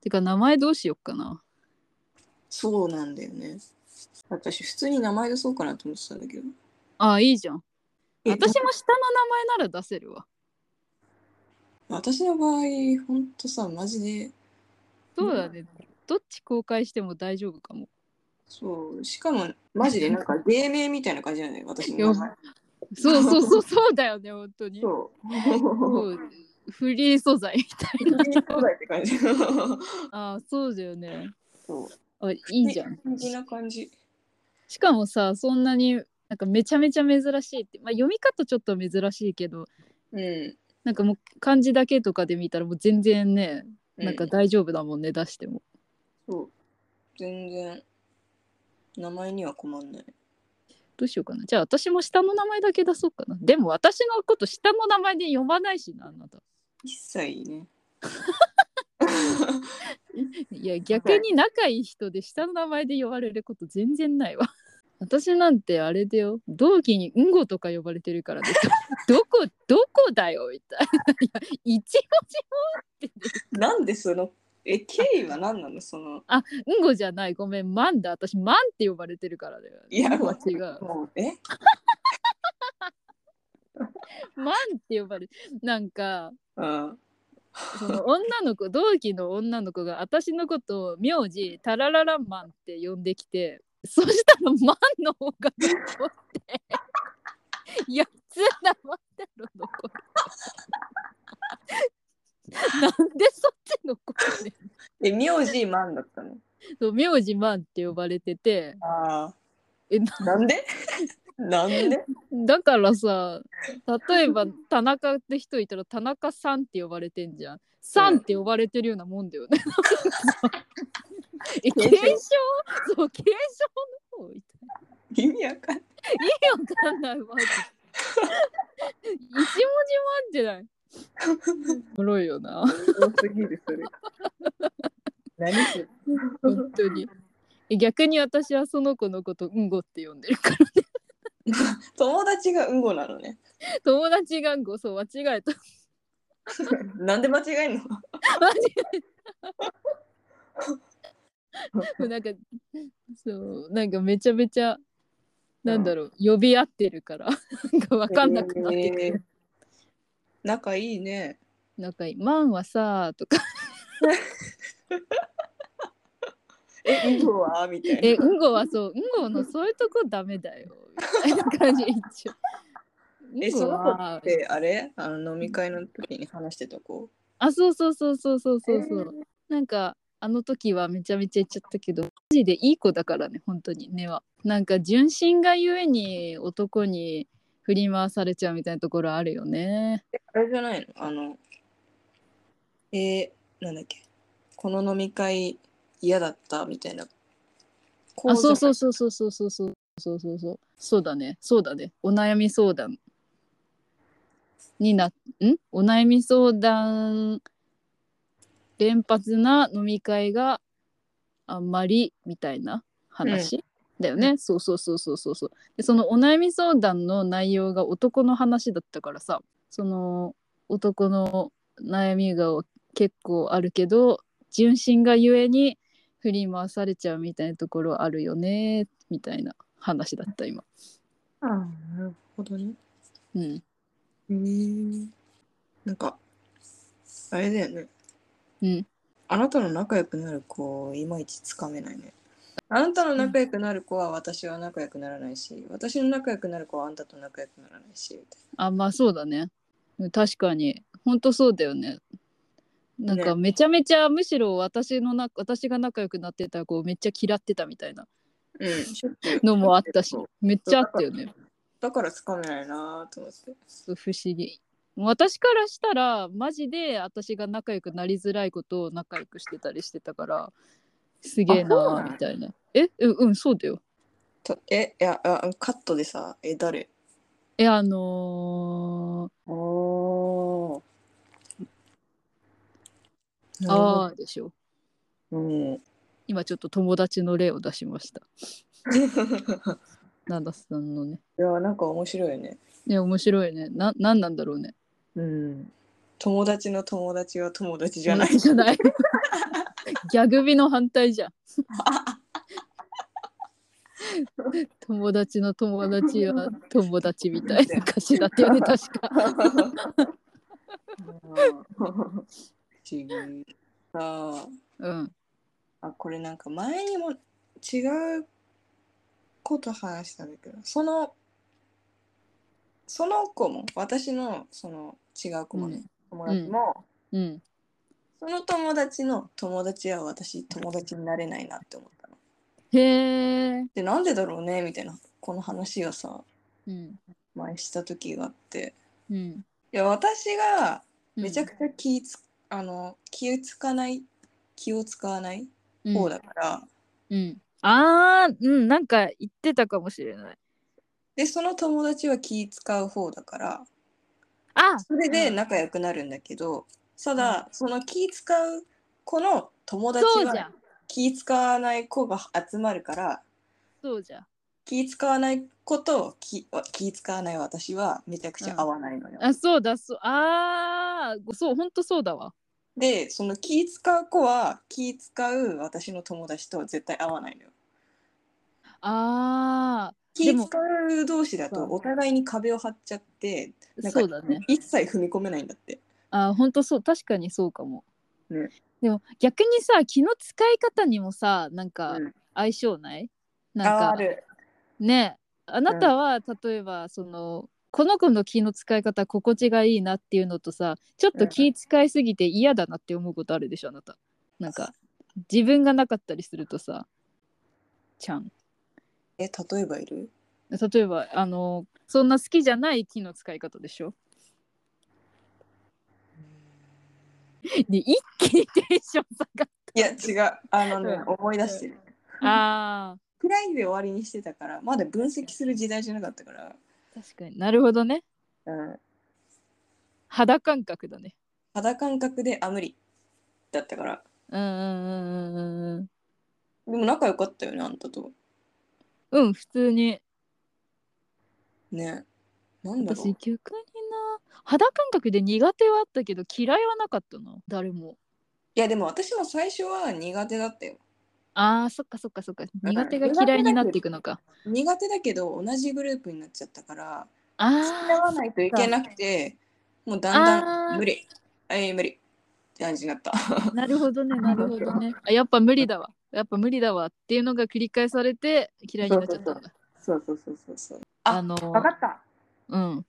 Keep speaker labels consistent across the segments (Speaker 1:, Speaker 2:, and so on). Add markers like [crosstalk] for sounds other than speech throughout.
Speaker 1: てか名前どうしよっかな。
Speaker 2: そうなんだよね。私、普通に名前出そうかなと思ってたんだけど。
Speaker 1: ああ、いいじゃん。
Speaker 2: え
Speaker 1: 私も下の名前なら出せるわ。
Speaker 2: 私の場合、ほんとさ、マジで、
Speaker 1: そうだね。どっち公開しても大丈夫かも。
Speaker 2: [laughs] そう、しかも、マジでなんか芸名みたいな感じなんだよ、私の名前。
Speaker 1: そうそうそうそうだよね、本当に。
Speaker 2: そ
Speaker 1: [laughs]
Speaker 2: う。
Speaker 1: もうフリー素材みたい
Speaker 2: 人
Speaker 1: な。
Speaker 2: 間兄弟って感じ。 [laughs]
Speaker 1: ああ、そうだよね。
Speaker 2: そう。
Speaker 1: あいいじゃん。
Speaker 2: 不思議な感じ。
Speaker 1: しかもさ、そんなになんかめちゃめちゃ珍しいって、まあ、読み方ちょっと珍しいけど、
Speaker 2: うん。
Speaker 1: なんかもう漢字だけとかで見たらもう全然ね、なんか
Speaker 2: う
Speaker 1: 大丈夫だもんね、出しても。
Speaker 2: そう。全然、名前には困んない。
Speaker 1: どうしようかな。じゃあ私も下の名前だけ出そうかな。でも私のこと下の名前で呼ばないしな、あなた。
Speaker 2: 一切ね。
Speaker 1: いや、逆に仲いい人で下の名前で呼ばれること全然ないわ。 [laughs] 私なんてあれだよ。同期にうんごとか呼ばれてるからね。 [laughs] どこ、どこだよみたいな。 [laughs] いや、いちごじ
Speaker 2: なんでその、え、経緯は何なのその、
Speaker 1: もうんごじゃない。ごめん、マンだ。私、マンって呼ばれてるからだよ。
Speaker 2: いや、
Speaker 1: うんごは
Speaker 2: も
Speaker 1: 違う。
Speaker 2: う、え
Speaker 1: マンって呼ばれる。なんか、
Speaker 2: うん。
Speaker 1: その女の子、同期の女の子が私のことを名字、タラララマンって呼んできて、そしたらマンの方が残って、いや、普通なマンだろ、残る。なんでそっち残るね
Speaker 2: え、名字マンだったの
Speaker 1: そう名字マンって呼ばれてて、
Speaker 2: あ
Speaker 1: えな
Speaker 2: あ。なんで [laughs] なんで
Speaker 1: だからさ、例えば田中って人いたら田中さんって呼ばれてんじゃん。さんって呼ばれてるようなもんだよね。 [laughs] え、継承そう、継承の方みたいな。
Speaker 2: 意味わかんない。
Speaker 1: 意味わかんないマジ。一文字もあんじゃ [laughs] ない。おもろいよな。
Speaker 2: 多すぎる、それ。何それ
Speaker 1: 本当に。え逆に私はその子のこと、うんごって呼んでるから。
Speaker 2: 友達がうんごなのね。
Speaker 1: 友達がうんご、そう、間違えた。
Speaker 2: なんで間違えんの
Speaker 1: マジで [laughs] なんかそうなんかめちゃめちゃなんだろう、呼び合ってるからなんか分かんなくなってくる、
Speaker 2: えー仲いいね。
Speaker 1: なんか「マンはさ」とか
Speaker 2: え、うんごはみた
Speaker 1: 「え
Speaker 2: いな。
Speaker 1: うんごはそううんごのそういうとこダメだよ」みたいな感じ一応。
Speaker 2: [laughs] え、
Speaker 1: うん
Speaker 2: そ
Speaker 1: ご
Speaker 2: の子っ
Speaker 1: は
Speaker 2: てあれあの飲み会の時に話してた子。
Speaker 1: あそうそうそうそうそうそうそう、なんかあの時はめちゃめちゃ言っちゃったけどマジでいい子だからね本当に根はなんか純真がゆえに男に振り回されちゃうみたいなところあるよね
Speaker 2: あれじゃないのあの、えー、なんだっけこの飲み会嫌だったみたいな。。
Speaker 1: あそうそううそうそうそうそうそうそうそうそうそうだねそうだねお悩み相談になんお悩み相談連発な飲み会があんまりみたいな話、だよね、そうそうそうそうそうそうでそのお悩み相談の内容が男の話だったからさその男の悩みが結構あるけど純真がゆえに振り回されちゃうみたいなところあるよねみたいな話だった今
Speaker 2: あなるほどね。
Speaker 1: うん
Speaker 2: えー、なんか、あれだよね。
Speaker 1: うん
Speaker 2: あなたの仲良くなる子、いまいちつかめないね。あなたの仲良くなる子は私は仲良くならないし、私の仲良くなる子はあんたと仲良くならないし、みたい
Speaker 1: あまあそうだねうん確かにほんとそうだよねなんか
Speaker 2: ね
Speaker 1: めちゃめちゃ、むしろ私のな私が仲良くなってた子をめっちゃ嫌ってたみたいな
Speaker 2: な。うん、しょっちゅう
Speaker 1: のもあったしめっちゃあったよね
Speaker 2: だからつかめないなと思って。
Speaker 1: そう不思議私からしたらマジで私が仲良くなりづらいことを仲良くしてたりしてたからすげえ
Speaker 2: あそうな
Speaker 1: な
Speaker 2: の
Speaker 1: ーみたいなえうんうんそうだよ
Speaker 2: とえ、いやあ、カットでさ、え、誰
Speaker 1: えあの
Speaker 2: お
Speaker 1: ー、
Speaker 2: なるほ
Speaker 1: ああでしょ
Speaker 2: ど。うん。 [laughs]
Speaker 1: 今ちょっと友達の例を出しましたなんださんのね
Speaker 2: いや、なんか面白いよね。
Speaker 1: いや面白いねななんなんだろうね
Speaker 2: [laughs] うん。友達の友達は友達じゃない。
Speaker 1: じゃないギャグ美の反対
Speaker 2: [laughs]
Speaker 1: じゃん。友達の友達は友達みたいな歌詞だった
Speaker 2: [laughs]
Speaker 1: よね、確か。
Speaker 2: 不思議。あ
Speaker 1: うん。
Speaker 2: あ、これなんか前にも違うこと話したんだけど、その、その子も、私のその違う子もね、友達も、
Speaker 1: うん。
Speaker 2: その友達の友達は私友達になれないなって思ったの。
Speaker 1: へえ。
Speaker 2: で、なんでだろうねみたいな、この話をさ、
Speaker 1: うん。
Speaker 2: 前した時があって、
Speaker 1: うん。
Speaker 2: いや、私がめちゃ
Speaker 1: ち
Speaker 2: くちゃ気つ、あの、気をつかない、気を使わない
Speaker 1: ゃ
Speaker 2: 方だから、
Speaker 1: うん。あー、うん、なんか言ってたかもしれない。
Speaker 2: でその友達は気使う方だから
Speaker 1: あ
Speaker 2: それで仲良くなるんだけど、ただその気使う子の友達
Speaker 1: そうじゃ
Speaker 2: は
Speaker 1: ん。
Speaker 2: 気使わない子が集まるから
Speaker 1: そうじゃん。
Speaker 2: 気使わない子と気気使わない私はめちゃくちゃ合わないのよ。
Speaker 1: あ、そうだ、そう、あー、そう、ほんとそうだわ。
Speaker 2: でその気使う子は気使う私の友達と絶対合わないのよ。
Speaker 1: あ
Speaker 2: 気
Speaker 1: でも
Speaker 2: 使う同士だとお互いに壁を張っちゃって
Speaker 1: ー、
Speaker 2: なんか
Speaker 1: そうだね。
Speaker 2: 一切踏み込めないんだって。
Speaker 1: あーほんとそう確かにそうかも、
Speaker 2: ね
Speaker 1: でも逆にさ気の使い方にもさなんか
Speaker 2: うん
Speaker 1: 相性ない、なん
Speaker 2: あ
Speaker 1: か
Speaker 2: ある。
Speaker 1: ねあなたは、例えばそのこの子の気の使い方心地がいいなっていうのとさちょっと気使いすぎて嫌だなって思うことあるでしょあなたなんか自分がなかったりするとさちゃん
Speaker 2: え例えばいる
Speaker 1: 例えばあのそんな好きじゃない気の使い方でしょで一気にテンション下がっ
Speaker 2: いや違うあのね、
Speaker 1: うん
Speaker 2: 思い出してる
Speaker 1: あ
Speaker 2: 暗いで終わりにしてたからまだ分析する時代じゃなかったから、
Speaker 1: ー確かになるほどね
Speaker 2: うん、
Speaker 1: 肌感覚だね
Speaker 2: 肌感覚であ無理だったから
Speaker 1: うんうんうんうんうん
Speaker 2: でも仲良かったよねあんたと
Speaker 1: うんうん普通に
Speaker 2: ねなんだろ
Speaker 1: 私
Speaker 2: う
Speaker 1: 逆にな肌感覚で苦手はあったけど嫌いはなかったな誰も
Speaker 2: いやでも私も最初は苦手だったよ
Speaker 1: あーそっかそっかそっか
Speaker 2: ん
Speaker 1: 苦手が嫌いになっていくのか
Speaker 2: 苦手だけど同じグループになっちゃったから付き合
Speaker 1: あ
Speaker 2: わないといけなくてもうだんだ
Speaker 1: あ
Speaker 2: ん
Speaker 1: ー
Speaker 2: 無理えー、無理って感じになった
Speaker 1: ーなるほどねなるほどねあやっぱ無理だわやっぱ無理だわっていうのが繰り返されて嫌いになっちゃったんだ
Speaker 2: そうそうそうそうそうあ
Speaker 1: あの
Speaker 2: 分かった
Speaker 1: うん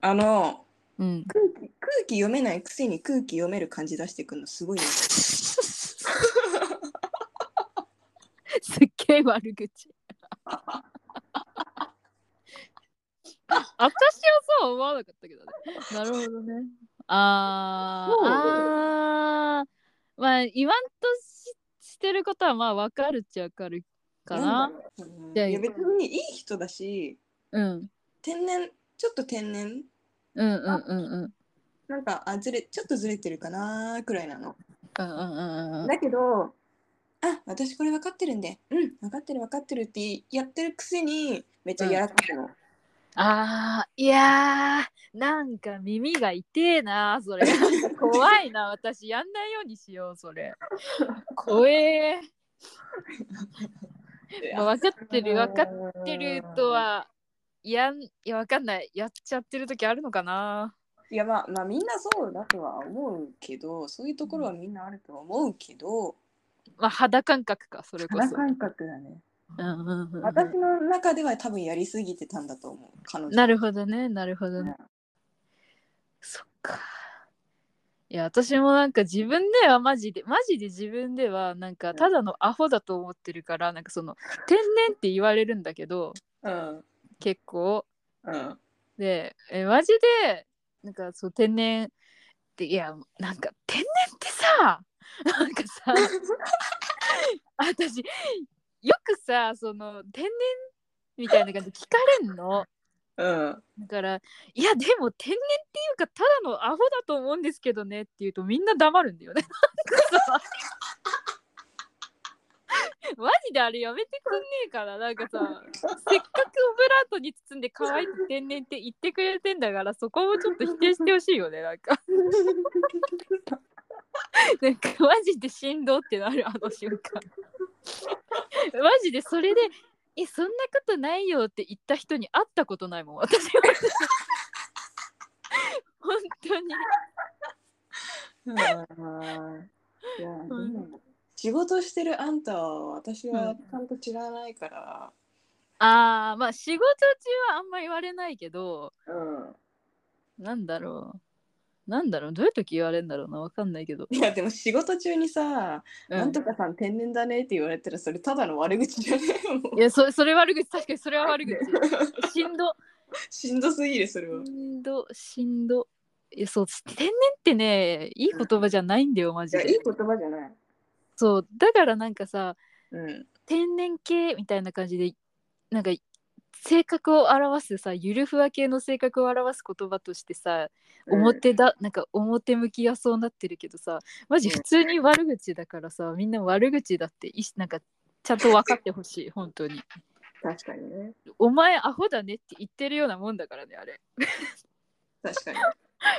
Speaker 2: あの
Speaker 1: [laughs] うん
Speaker 2: 空気空気読めないくせに空気読める感じ出してくるのすごいね。
Speaker 1: すっげえ悪口。私はそうは思わなかったけどね。なるほどね。あ
Speaker 2: そう
Speaker 1: ーあーまあ言わんとししてることはまあわかるっちゃわかるかな。
Speaker 2: うん
Speaker 1: じゃあ
Speaker 2: いや別にいい人だし
Speaker 1: うん
Speaker 2: 天然ちょっと天然
Speaker 1: うんうんうんうん
Speaker 2: なんかあずれちょっとずれてるかなくらいなの。
Speaker 1: うんうんうんうん。
Speaker 2: だけどあ私これ分かってるんでうん分かってる分かってるってやってるくせにめっちゃやらかるの。
Speaker 1: ああいやーなんか耳が痛えなそ
Speaker 2: [laughs]
Speaker 1: れ怖いな私やんないようにしようそれ怖えー、まあ、分かってる分かっ
Speaker 2: っ
Speaker 1: ってると。はやんいやわかんないやっちゃってる時あるのかない
Speaker 2: やまあまあみんなそうだとは思うけどそういうところはみんなあるとは思うけど
Speaker 1: まあ肌感覚かそれこ
Speaker 2: 肌
Speaker 1: そ、
Speaker 2: 感覚だね。
Speaker 1: うんうんうん
Speaker 2: 私の中では多分やりすぎてたんだと思う彼女
Speaker 1: なるほどねなるほどね、そっかいや私もなんか自分ではマジでマジで自分ではなんかただのアホだと思ってるからなんかその天然って言われるんだけど
Speaker 2: うん
Speaker 1: 結構
Speaker 2: うん
Speaker 1: でえマジでなんかそう天然っていやなんか天然ってさなんかさ私よくさその天然みたいな感じで聞かれんの
Speaker 2: うん
Speaker 1: だからいやでも天然っていうかただのアホだと思うんですけどねって言うとみんな黙るんだよねなんかさマジであれやめてくんねえからなんかさせっかくオブラートに包んで可愛いって天然って言ってくれてんだからそこをちょっと否定してほしいよねなんか [laughs] なんかマジで振動ってなるあの瞬間マジでそれで「えそんなことないよ」って言った人に会ったことないもん私は [laughs] 本当に
Speaker 2: うんいやでも仕事してるあんたは私はちゃんと知らないから、
Speaker 1: ああまあ仕事中はあんま言われないけど
Speaker 2: うん
Speaker 1: なんだろうなんだろうどういう時言われるんだろうなわかんないけど、
Speaker 2: いやでも仕事中にさ、
Speaker 1: うん
Speaker 2: なんとかさん天然だねって言われたらそれただの悪口じゃねえも
Speaker 1: いやそそれ悪口確かにそれは悪口
Speaker 2: ん
Speaker 1: しんど
Speaker 2: しんどすぎるそれは
Speaker 1: しんどしんどいやそう天然ってねいい言葉じゃないんだよマジ
Speaker 2: いやい
Speaker 1: で
Speaker 2: い言葉じゃない
Speaker 1: そうだからなんかさ
Speaker 2: うん
Speaker 1: 天然系みたいな感じでなんか性格を表すさゆるふわ系の性格を表す言葉としてさ表だ、なんか表向きやそうなってるけどさマジ
Speaker 2: うん
Speaker 1: 普通に悪口だからさ、みんな悪口だっていしなんかちゃんと分かってほしい本当に
Speaker 2: 確かにね
Speaker 1: お前アホだねって言ってるようなもんだからねあれ
Speaker 2: 確かに、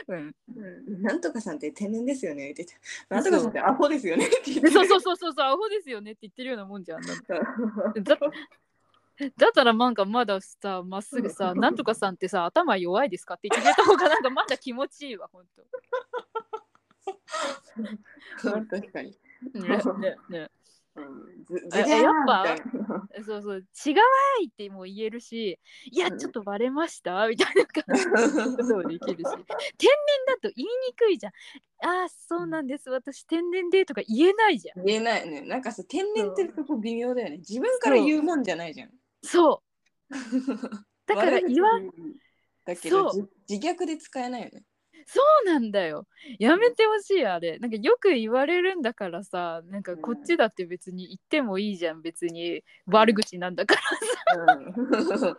Speaker 1: うん
Speaker 2: うん、なんとかさんって天然ですよねって言ってなんとかさんってアホですよねって言って
Speaker 1: でそうそうそうそうそうアホですよねって言ってるようなもんじゃんあんなのだだったらなんかまださまっすぐさ「なんとかさんってさ頭弱いですか?」って言ってくれた方がなんかまだ気持ちいいわ本当
Speaker 2: うん確かに、
Speaker 1: ねねね
Speaker 2: うん、ず
Speaker 1: あ
Speaker 2: ずりゃー
Speaker 1: やっぱ
Speaker 2: みたいな
Speaker 1: そうそう「違わい!」っても言えるし「いや
Speaker 2: うん
Speaker 1: ちょっとバレました」みたいな感じのこともで [laughs] きるし天然だと言いにくいじゃん「ああそうなんです私天然で」とか言えないじゃん
Speaker 2: 言えないねなんかさ天然ってそこ微妙だよね自分から言うもんじゃないじゃん
Speaker 1: そう [laughs] だから言わん
Speaker 2: 悪口言うだけど
Speaker 1: そ
Speaker 2: 自自虐で使えないよね
Speaker 1: そうなんだよやめてほしいあれなんかよく言われるんだからさなんかこっちだって別に言ってもいいじゃん別に悪口なんだから
Speaker 2: [laughs] うんそ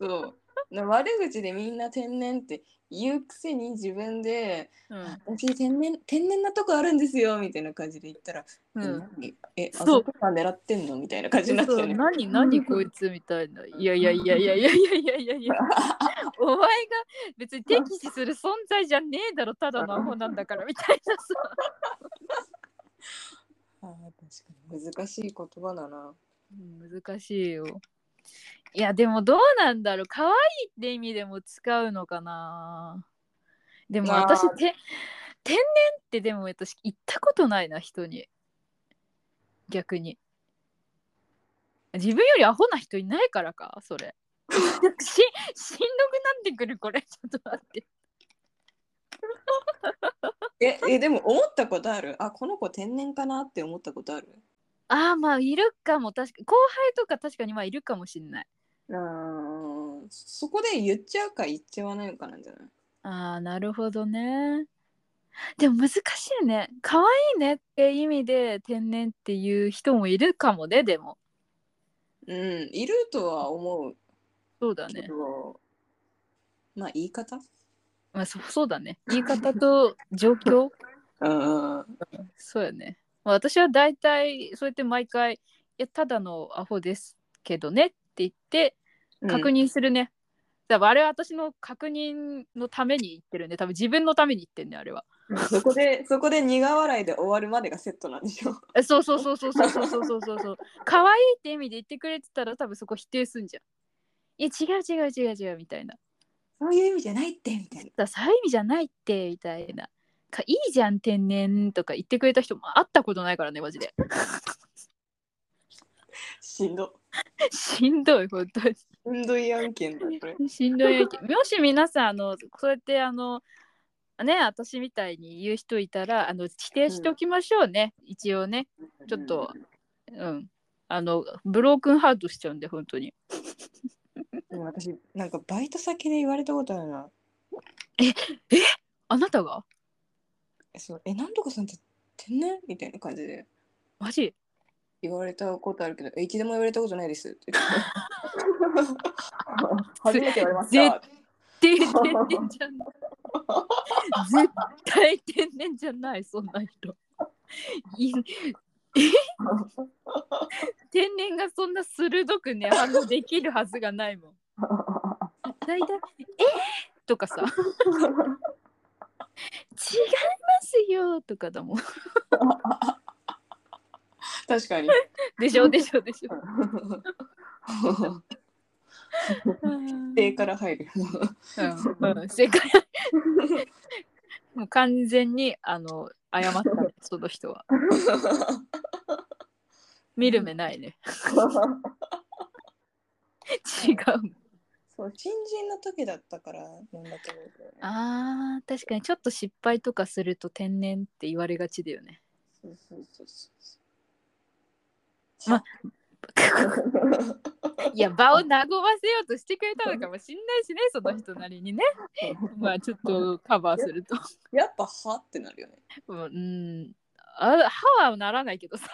Speaker 2: うな悪口でみんな天然って言うくせに自分で「私天然天然なとこあるんですよ」みたいな感じで言ったら「
Speaker 1: うん、うん、
Speaker 2: え何えあ
Speaker 1: そう
Speaker 2: そこから狙ってんの?」みたいな感じになっち
Speaker 1: そ
Speaker 2: ゃ
Speaker 1: う
Speaker 2: うね。
Speaker 1: 何何こいつみたいないやいやいやいやいやいやいやいやい [laughs] やお前が別に敵視する存在じゃねえだろただのアホなんだからみたいなさ
Speaker 2: [laughs] あー確かに難しい言葉だな。
Speaker 1: うん難しいよいやでもどうなんだろう可愛いって意味でも使うのかなでも
Speaker 2: まあ
Speaker 1: 私て天然ってでも私言ったことないな人に逆に自分よりアホな人いないからかそ
Speaker 2: [laughs]
Speaker 1: れなんかししんどくなってくるこれちょっと待って
Speaker 2: ええでも思ったことあるあこの子天然かなって思ったことある
Speaker 1: ああまあいるかも確か後輩とか確かにまあいるかもしんない
Speaker 2: あーそこで言っちゃうか言っちゃわないかなんじゃない
Speaker 1: ああなるほどね。でも難しいね。可愛いねって意味で天然っていう人もいるかもねでも。
Speaker 2: うんいるとは思う
Speaker 1: そうだ
Speaker 2: け
Speaker 1: ね。
Speaker 2: ど、まあ言い方
Speaker 1: まあそそうだね。言い方と状 [laughs] 況
Speaker 2: うん
Speaker 1: そうやね。まあ、私は大体そうやって毎回「いやただのアホですけどね」って言って確認するね。だからあれは私の確認のために言ってるね。多分自分のために言ってんねあれは。
Speaker 2: そこでそこで苦笑いで終わるまでがセットなんでしょ
Speaker 1: えそうそうそうそうそうそうそうそうそうそう可愛いって意味で言ってくれてたら多分そこ否定すんじゃんいや違う違う違う違うみたいな
Speaker 2: そういう意味じゃないってみたいな
Speaker 1: だそういう意味じゃないってみたいなかいいじゃん天然とか言ってくれた人も会ったことないからねマジで
Speaker 2: しんど
Speaker 1: しんどい本当に
Speaker 2: しんどい案件だこれ
Speaker 1: しんどいけどもし皆さんあのそうやってあのね私みたいに言う人いたらあの否定しておきましょうね、一応ねちょっとうんあのブロークンハートしちゃうんで本当に
Speaker 2: うんでも私なんかバイト先で言われたことあるな
Speaker 1: あなたが
Speaker 2: えそうえなんとかさんって天然みたいな感じで
Speaker 1: マジ
Speaker 2: 言われたことあるけどえ一度も言われたことないですって言って初めて言われました
Speaker 1: 絶対天然じゃない。絶対天然じゃない、そんな人。い天然がそんな鋭くね、反応できるはずがないもん。大体、えーとかさ、ますよ」とかだもん。
Speaker 2: [laughs] 確かに。
Speaker 1: でしょでしょでしょ。
Speaker 2: [laughs] 否定から入る。
Speaker 1: うんうん、正解。もう完全にあの謝ったね、その人 [laughs] は。見る目ないね。違うもん。
Speaker 2: そう新人の時だったからなんだと思うけどね。
Speaker 1: あー確かにちょっと失敗とかすると天然って言われがちだよね。
Speaker 2: そうそうそうそう。
Speaker 1: ま
Speaker 2: [laughs]
Speaker 1: いや場を和ませようとしてくれたのかもしんないしねその人なり [laughs] にね。まあちょっとカバーすると。
Speaker 2: やっぱはってなるよね。
Speaker 1: うんうんあ歯はならないけどさ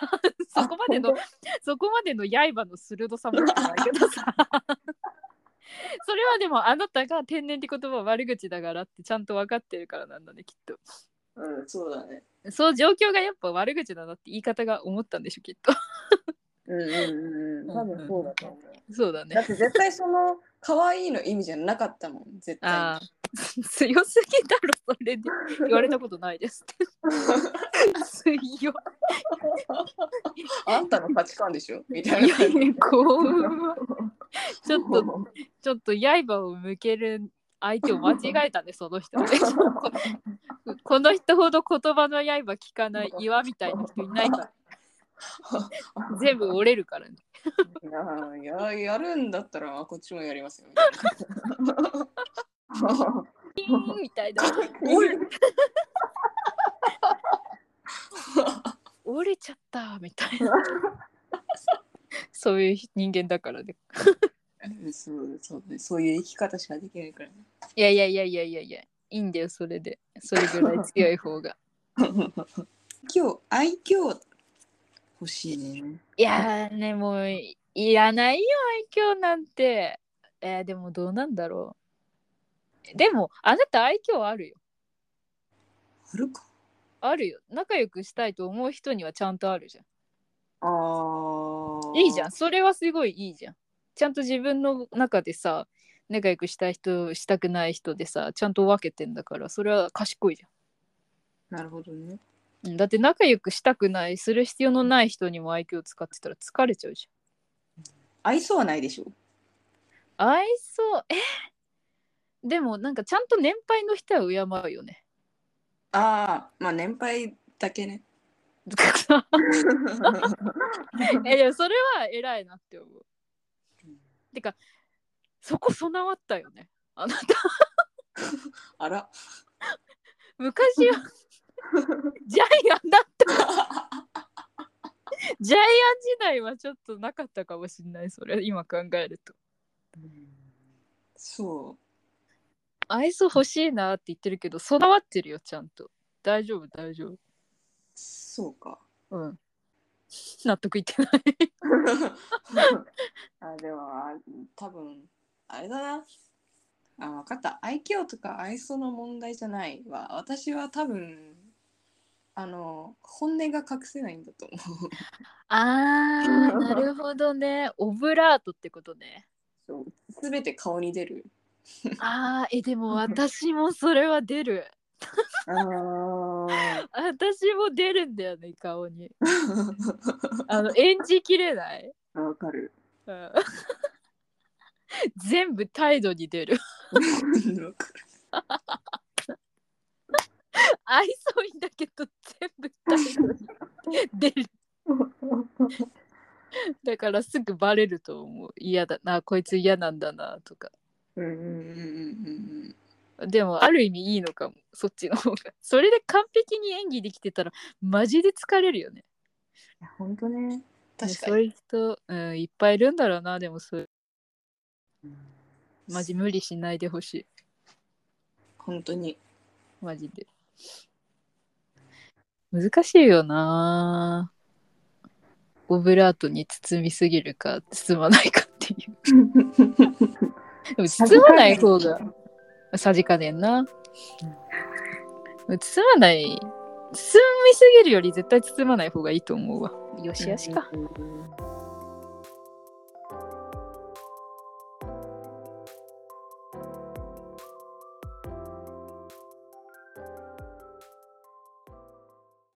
Speaker 1: そこまでの
Speaker 2: あ。
Speaker 1: そこまでの刃の鋭さもないけどさ [laughs] それはでもあなたが天然って言葉は悪口だからってちゃんと分かってるからなんだねきっと
Speaker 2: 本当うん、そうだね。
Speaker 1: そう状況がやっぱ悪口だなって言い方が思ったんでしょきっと [laughs]
Speaker 2: うんうんうん。多分そうだと思う。
Speaker 1: そうだ
Speaker 2: だ
Speaker 1: ね
Speaker 2: って絶対その可愛いの意味じゃなかったもん、絶対に。
Speaker 1: ああ強すぎだろそれで言われたことない [laughs] ですって強
Speaker 2: [laughs] あんたの価値観でしょみたい
Speaker 1: い
Speaker 2: な感じ。
Speaker 1: やいや幸 [laughs] 運はちょっと
Speaker 2: と。
Speaker 1: ちょっと刃を向ける相手を間違えたね、その人ね。 [laughs] この人ほど言葉の刃聞かない岩みたいな人いないから、全部折れるからね。
Speaker 2: いや、やるんだったらこっちもやりますよ。みたいな
Speaker 1: ピーンみたいな。
Speaker 2: おい
Speaker 1: 折れちゃったみたいな。そういう人間だからね。
Speaker 2: そうそうねそういう生き方しかできないからね。
Speaker 1: いやいやいやいやいやいや、いいんだよ、それで。それぐらい強い方が。
Speaker 2: 今日愛嬌欲しいね。
Speaker 1: いやーね、もういいらないよ、愛嬌なんて。えーでもどうなんだろう。でも、あなた愛嬌あるよ。
Speaker 2: あるか。
Speaker 1: あるよ。仲良くしたいと思う人にはちゃんとあるじゃ
Speaker 2: あ
Speaker 1: ん。いいじゃん。。それはすごいいいじゃん。ちゃんと自分の中でさ、仲良くしたい人、したくない人でさ、ちゃんと分けてんだから、それは賢いじ
Speaker 2: なるほどね。
Speaker 1: ゃん。うん、だって仲良くしたくない、する必要のない人にも愛嬌使ってたら疲れちゃうじ
Speaker 2: 愛想はないでしょ。
Speaker 1: ゃん。愛想、えでもなんかちゃんと年配の人は敬うよね。
Speaker 2: ああ、まあ年配だけ [laughs] ね。
Speaker 1: [laughs] えでもそれは偉いなって思う。てかそこ備わったよね。あなた
Speaker 2: あら。
Speaker 1: 昔 [laughs] はジャイアンだったジャイアン時代はちょっとなかったかもしれないそれ今考えると
Speaker 2: そ
Speaker 1: 愛想欲しいなって言ってるけど備わってるよちゃんと大丈夫大丈
Speaker 2: う。そう [laughs] か。
Speaker 1: 夫うん納得いってない
Speaker 2: あでもあ多分あれだなあ分かった愛嬌とか愛想の問題じゃないわ私は多分あの本音が隠せないんだと思
Speaker 1: あ [laughs] ーなるほどねオブラートってことね
Speaker 2: うそう全て顔に出る
Speaker 1: あーえでも私もそれは出る
Speaker 2: あ [laughs] あ
Speaker 1: 私も出るんだよね顔にあの演じきれない、
Speaker 2: 分か [laughs] る
Speaker 1: うん全部態度に出る
Speaker 2: 分かる
Speaker 1: 愛想いいんだけど全部出るだからすぐバレると思う嫌だなこいつ嫌なんだなとか
Speaker 2: うんうんうんうん
Speaker 1: でもある意味いいのかもそっちの方がそれで完璧に演技できてたらマジで疲れるよね
Speaker 2: うん本当ね確か
Speaker 1: そう
Speaker 2: に
Speaker 1: いう人、うん、いっぱいいるんだろうなでもそうマジ無理しないでほしい
Speaker 2: 本当 [laughs] に
Speaker 1: マジで難しいよなオブラートに包みすぎるか包まないかっていうでも包まない方がさじ加減な。包まない。包みすぎるより絶対包まない方がいいと思うわ。よしよしか。
Speaker 2: うんうんうん